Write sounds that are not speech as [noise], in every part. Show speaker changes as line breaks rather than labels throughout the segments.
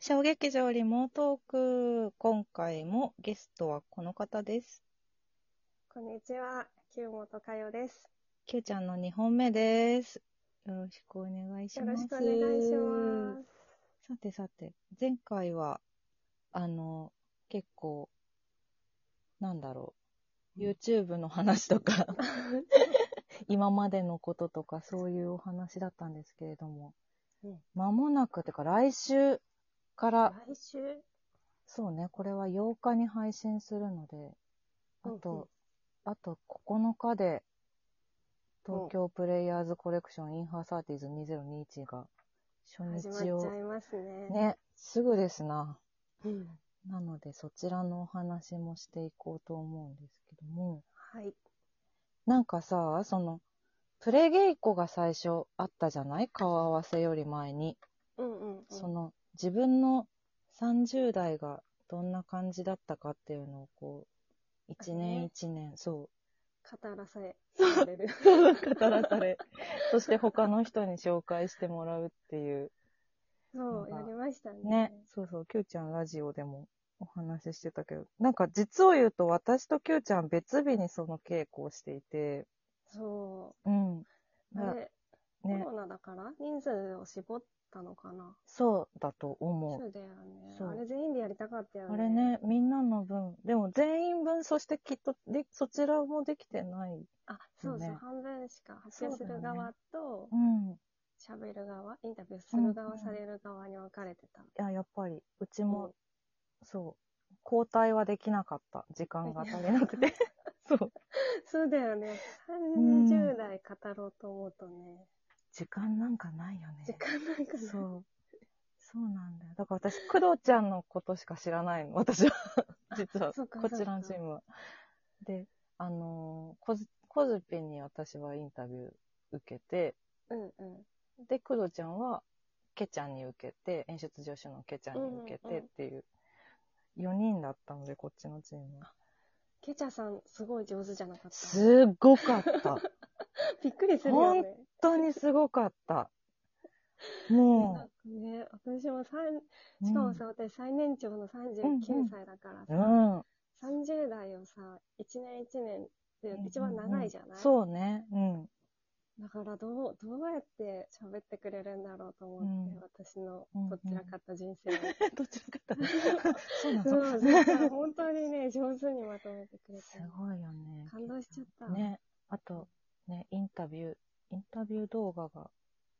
小劇場リモートーク、今回もゲストはこの方です。
こんにちは、清本佳代です。
きゅうちゃんの2本目です。よろしくお願いし
よ
ま
ろ
す。
しくお願いします。
さてさて、前回は、あの、結構、なんだろう、YouTube の話と
[laughs]
か、今までのこととか、そういうお話だったんですけれども
うん、
間もなく、てか来週から、
来週
そうね、これは8日に配信するので、あ
うんうん
と、あと9日で、東京プレイヤーズコレクションインハーサーティーズ2021が初
始まっち
日を
ゃいますね。
ね、すぐですな。
うん
なので、そちらのお話もしていこうと思うんですけども、
はい。
なんかさ、その、プレゲイコが最初あったじゃない顔合わせより前に。
うんうん、うん。
その、自分の30代がどんな感じだったかっていうのを、こう、一年一年、
[laughs]
そう、
語らされられる。
語らされ、そして他の人に紹介してもらうっていう。
そう、やりましたね。
ね。そうそう、Q ちゃんラジオでもお話ししてたけど、なんか実を言うと私と Q ちゃん別日にその稽古をしていて、
そ
うん。
う。あれ、
ね
コ、ロナだから人数を絞ったのかな。
そうだと思。
そううだよね。
そう
あれ全員でやりたかったよね。
あれね、。みんなの分、でも全員分、そしてきっとで、そちらもできてない。
あ、そうそう、
ね
半分しか発表す
そう
る
だよね
側と、
ん。い
喋る側、インタビューする
うんう
側、
ん
される側に分かれてた。
や、やっぱり、うちも、そう、交代はできなかった。時間が足りなくて。 [laughs] そう。
そうだよね。
ん
30代語ろうと思うとね、
時間なんかないよね。
時間なんか
そ
ね
う。そうなんだよ。だから私、工藤ちゃんのことしか知らないの、私は。実は、
そうか
こちらのチームは。で、あのーコズ、コズピンに私はインタビュー受けて、
うんうん。
で、工藤ちゃんは、ケちゃんに受けて、演出助手のケちゃんに受け
うん
てっ
うんうん
ていう、4人だったので、こっちのチームは。
ケチャさん、すごい上手じゃなかった。
すごかった。本
びっくりするよね。
当にすごかった。も
ね、私も三
う、
[laughs] しかもさ、私最年長の39歳だから
う
さ、
ん、うん。
30代をさ、1年1年で一番長いじゃない、
うんうんそうね。
[laughs]
うん。
だからどう、どうやって喋ってくれるんだろうと思って、
うん
私の
うんうん
どちらかった人生を。
どちらかと。 [laughs] そうなんだ。
そう、
[laughs]
だから本当にね、上手にまとめてくれて
す、ごいよね。
感動しちゃった。
ね。あと、ね、インタビュー、インタビュー動画が、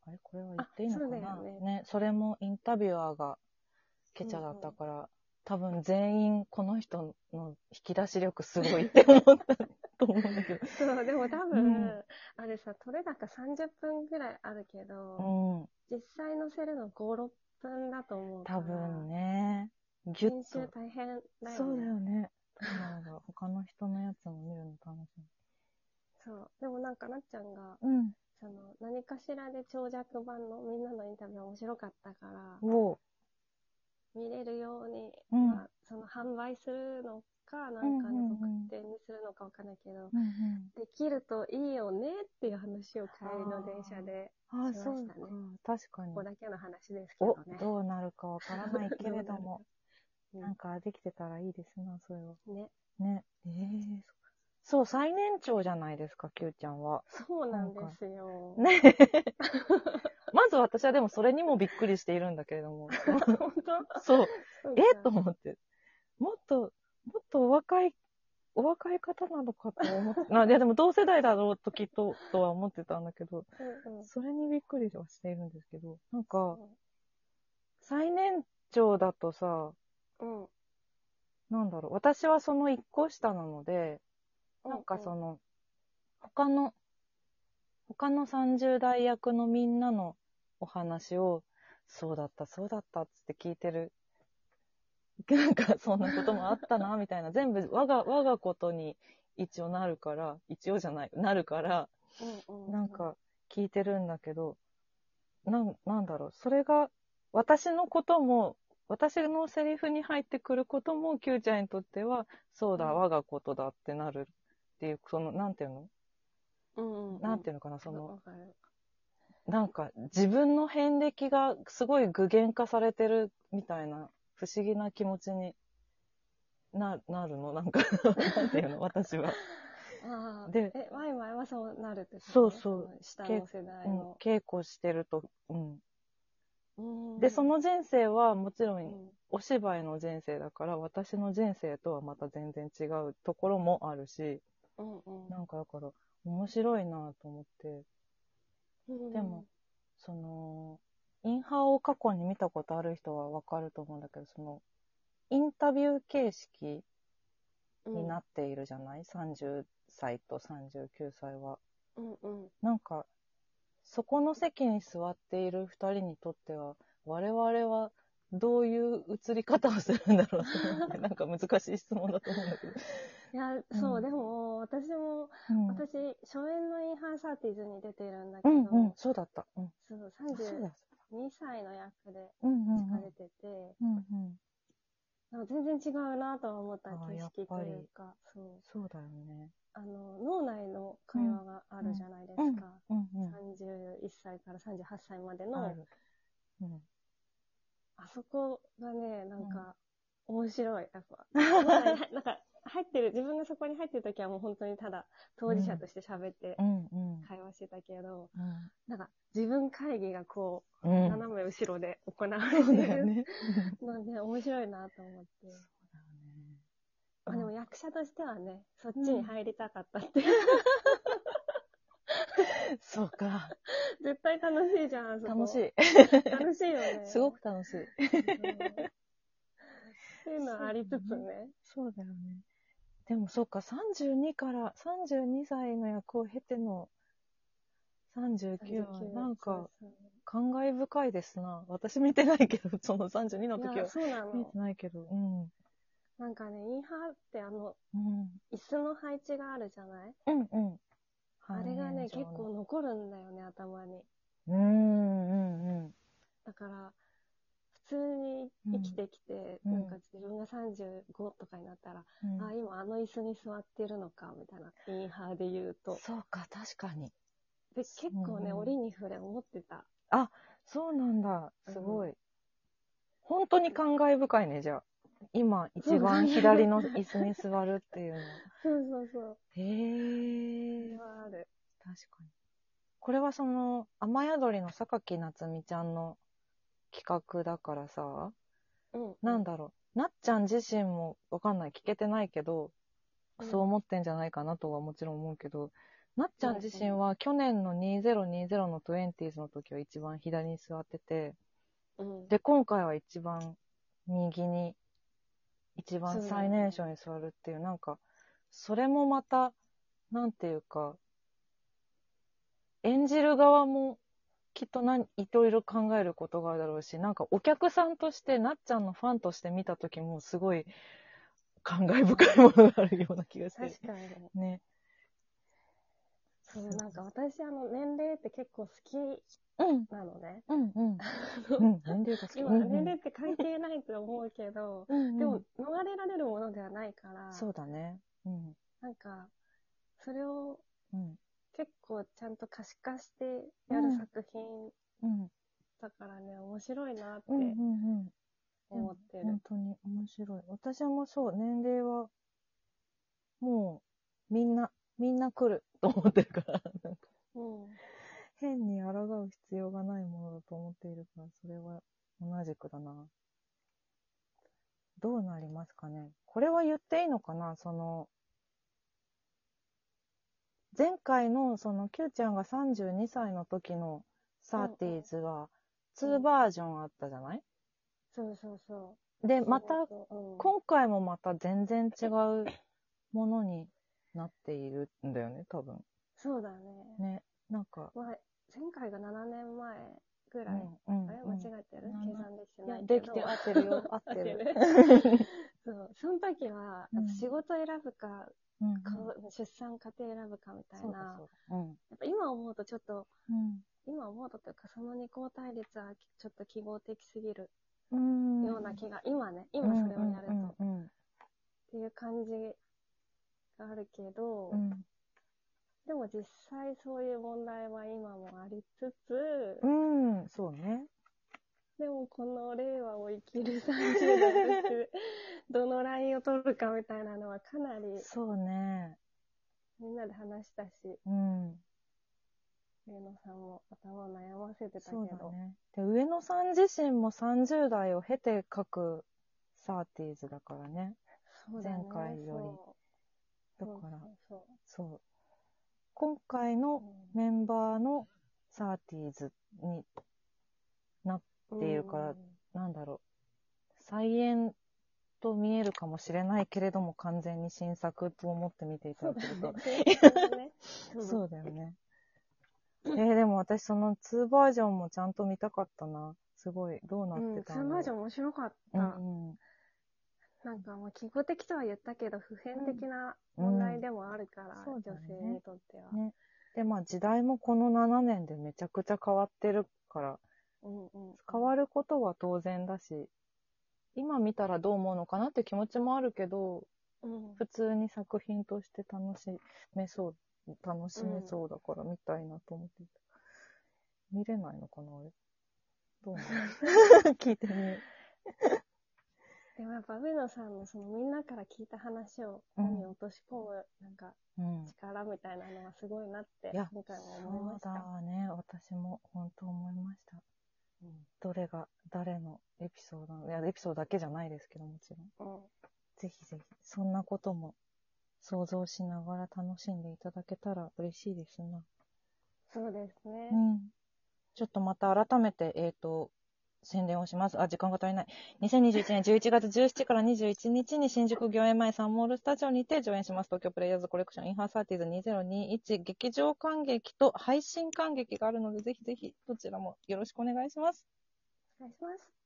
あれこれは言っていいのか
あ
な
そうだよね
それもインタビュアーがケチャだったから、多分全員この人の引き出し力すごいって思ったと思うんだ
[laughs]
け
そう、でも多分、
うん
あれさ、取れ高30分ぐらいあるけど、
ど。
実際乗せるの5、6分だと思
う。
うんから。
多分ね、ギュッ
編集
と。
大変だよね。
そうだよ
[laughs]
ね。なんだ他の人のやつも見るの楽し
そうでもなんかなっちゃんが、
み。うん。
その、何かしらで長尺版のみんなのインタビュー面白かったから、
おう。
見れるように、
うん
まあ、その販売するのか、なんか
うんうんうん
の特典にするのかわかんないけど、
うんうん
できるといいよねっていう話を帰りの電車で、
ああ、
しました
そう
ね
か。確かに
ここ。だけの話ですけど
お
ね、。
どうなるかわからないけれども、
[laughs] どうな
な
る
んかできてたらいいですな、それは。
ね。
ね。ええそう、最年長じゃないですか、キューちゃん
[laughs]
は。
そうなんですよ。
ね [laughs] まず私はでもそれにもびっくりしているんだけれど
[laughs]
も。
本
そう、
当
えと思って。もっと、もっとお若い、お若い方なのかと
[laughs]
思って。ないや、でも同世代だろうときっと、とは思ってたんだけど、
うんうん
それにびっくりはしているんですけど、なんか、
う
最年長だとさ、
んうん。
なんだろう、私はその一個下なので、なんかそ
の、
の、他の、他の30代役のみんなのお話を、そうだった、そうだったっつって聞いてる。 [laughs] なんか、そんなこともあったな、みたいな。全部、我が、我がことに一応なるから、一応じゃない、なるから、
うんう
なん、か聞いてるんだけど、なん、なんだろう、それが、私のことも、私のセリフに入ってくることも、キューちゃんにとっては、そうだ、
うん
我がことだってなるっていう、その、なんていうの、
うんうんうん、
なんていうのかな、そ
わ
の、
かる
なんか自分の遍歴がすごい具現化されてるみたいな不思議な気持ちにななるのなんかなんていうの私は、
ああ。
で
え、ワイワイはそうなるってこと
そうそう。
の下の世代
うん
の。
稽古してると、うん、
うん
でそ、の人生はもちろ
うんん
お芝居の人生だから私の人生とはまた全然違うところもあるし
うんうん
なんかだから面白いなと思って
うん
でも、そのインハーを過去に見たことある人はわかると思うんだけどそのインタビュー形式
うん
になっているじゃない、30歳と39歳は。
うんうん。
なんかそこの席に座っている2人にとっては我々はどういう映り方をするんだろうと思ってなんか難しい質問だと思うんだけど。
いや、そう、
うん
でも、私も、
うん
私、初演のインハンサーティーズに出てるんだけ
う
ど、
んうん、そうだった。うん、
そう、
あそう
32
だ。
歳の役で
うんうんうん
出てて、
うんうん、
なんか全然違うなとは思った
あー
景
やっ
色
ぱ
と
り
いうか、そう、
そうだよね。
あの、脳内の会話があるじゃないですか。
うんうん。
31歳から38歳まで
あ
の、
る。うん。
あそこがね、なんか、面白い、やっ
[laughs]
ぱ。なんか、入ってる、自分がそこに入ってる時はもう本当にただ、当事者として喋って
う、んうん。
会話してたけど、
うん
なんか、自分会議がこう、
うん
斜め後ろで行わ
そ
れて
うだよ
る
ね。
ので、面白いなと思って。まあでも役者としてはね、そっちに入りたかったって。
[laughs] そうか。
絶対楽しいじゃん、あそこ
楽し。い。。
楽しいよね
[laughs] すごく楽しい。
うん。っていうのはありつつね。
そうだよね。でもそうか、32から、32歳の役を経ての39は、なんか、
そうそう
感慨深いですな。私見てないけど、その32の
い
時
や
は
そうな
見
の
て。ないけど。うん。
なんかね、インハーってあの、
うん。
椅子の配置があるじゃない
うんうん。
あれが
半
ね、
円状
結
の
構。残るんだよね、頭に。
うんうんうん。
だから、普通に生きてきて、
うん
なんか自分が35とかになったら、
うん
あ、今あの椅子に座ってるのか、みたいな、インハーで言うと。
そうか、確かに。
で、結構ね、
うん
折に触れ思ってた。
そうなんだ。すごい。本当に感慨深いね、じゃあ。今、一番左の椅子に座るって [laughs] いうのは。
そうそうそう。
へ
それ
え。
はある。
確かに。これはその、雨宿りの榊夏実ちゃんの企画だからさ、
うん。
なんだろう、なっちゃん自身もわかんない、聞けてないけど、
うん
そう思ってんじゃないかなとはもちろん思うけど、なっちゃん自身
うん
は去年の2020の 20s の時は一番左に座ってて、
うん。
で、今回は一番右に、一
そう
番
だね
最年少に座るっていう、なんか、それもまた、なんていうか、演じる側もきっと何いろいろ考えることがあるだろうし、なんかお客さんとして、なっちゃんのファンとして見たときも、すごい感慨深いものがあるような気がして
確。かにね。
ね。
そう、なんか私、あの、年齢って結構好き
うん、
なのね。
うん、うん。うん、年齢が好き。
今、
うんうん
年齢って関係ないと思うけど、
うんうん
でも、逃れられるものではないから、
そうだね。うん、
なんか、それを
うん、
結構ちゃんと可視化してやる作品
うん、
だからね、面白いなって
うん、うん、うん。
思ってる。
本当に面白い。私もそう、年齢は、もう、みんな、みんな来ると思ってるから、なんか
うん。
変に抗う必要がないものだと思っているから、それは同じくだな。どうなりますかね。これは言っていいのかなその、前回の、その、Q ちゃんが32歳の時のサーティーズは、2バージョンあったじゃない
そうそうそ
で、
う。
また
うん、
今回もまた全然違うものになっているんだよね、多分。
そうだね。
ね。なんか、
まあ、前回が7年前ぐ
う
らい。
ん、うん。
あれ
う
間
ん
違えてる
うん
計算できて
い
な
や
いけど。
できてる、合ってるよ、合ってる。
合ってる
[laughs]
そう、その時は、
うん
仕事選ぶか、
うん、
か出産家庭選ぶかみたい
そう
な
だ、そうだ。うん。
やっぱ今思うとちょっと、
うん
今思うとというか、その二項対立はちょっと記号的すぎる
うん
ような気が、今ね、今それをやると、
うん
っ
うん
ていう感じがあるけど、
うんうん
でも実際そういう問題は今もありつつ、
うん、そうね。
でもこの令和を生きる30代として、
[laughs]
どのラインを取るかみたいなのはかなり
そうね。
みんなで話したし、
うん。
上野さんも頭を悩ませてたけ
そうだ
ど、
ね。で、上野さん自身も30代を経て書くサーティーズだからね。
そうだね
前回よ
そ
だ
う
から、
そうそう
そう。今回
そ
の
う
メンバーのサーティーズに、
うん
っていうから
ん
なんだろう。再演と見えるかもしれないけれども、完全に新作と思って見ていた
そう
だ
だ
ける
よ
と。
ね。そう
そうだよね。えー、でも私その2バージョンもちゃんと見たかったな。すごい、どうなってた
うん、バージョ
ン
ン面白かった。
うんうん。
なんかもう、記号的とは言ったけど、普遍的な
うん
問題でもあるから、
そうだ
女
よね
性にとっては。
ねで、まあ時代もこの7年でめちゃくちゃ変わってるから、
うんうん。
変わることは当然だし、今見たらどう思うのかなっていう気持ちもあるけど、
うん
普通に作品として楽しめそう、楽しめそうだから見たいなと思っていた。見れないのかなあれ。どうな
[laughs]
の聞いてみよ
でもやっぱ上野さんのそのみんなから聞いた話を
うん
何に落とし込むなんか
う。うん。
力みたいなのはすごいなって
いや、
今回も思いました。
そうだね。私も本当思いました。どれが、誰のエピソードなのいや、エピソードだけじゃないですけど、もちろん。
うん
ぜひぜひ、そんなことも想像しながら楽しんでいただけたら嬉しいですな。
そうですね
う。ん。ちょっとまた改めて、えっ、と、宣伝をします。あ、時間が足りない。2021年11月17日から21日に新宿御苑前サンモールスタジオにて上演します。東京プレイヤーズコレクションインハーサーティーズ2021劇場観劇と配信観劇があるので、ぜひぜひどちらもよろしくお願いします。
お願いします。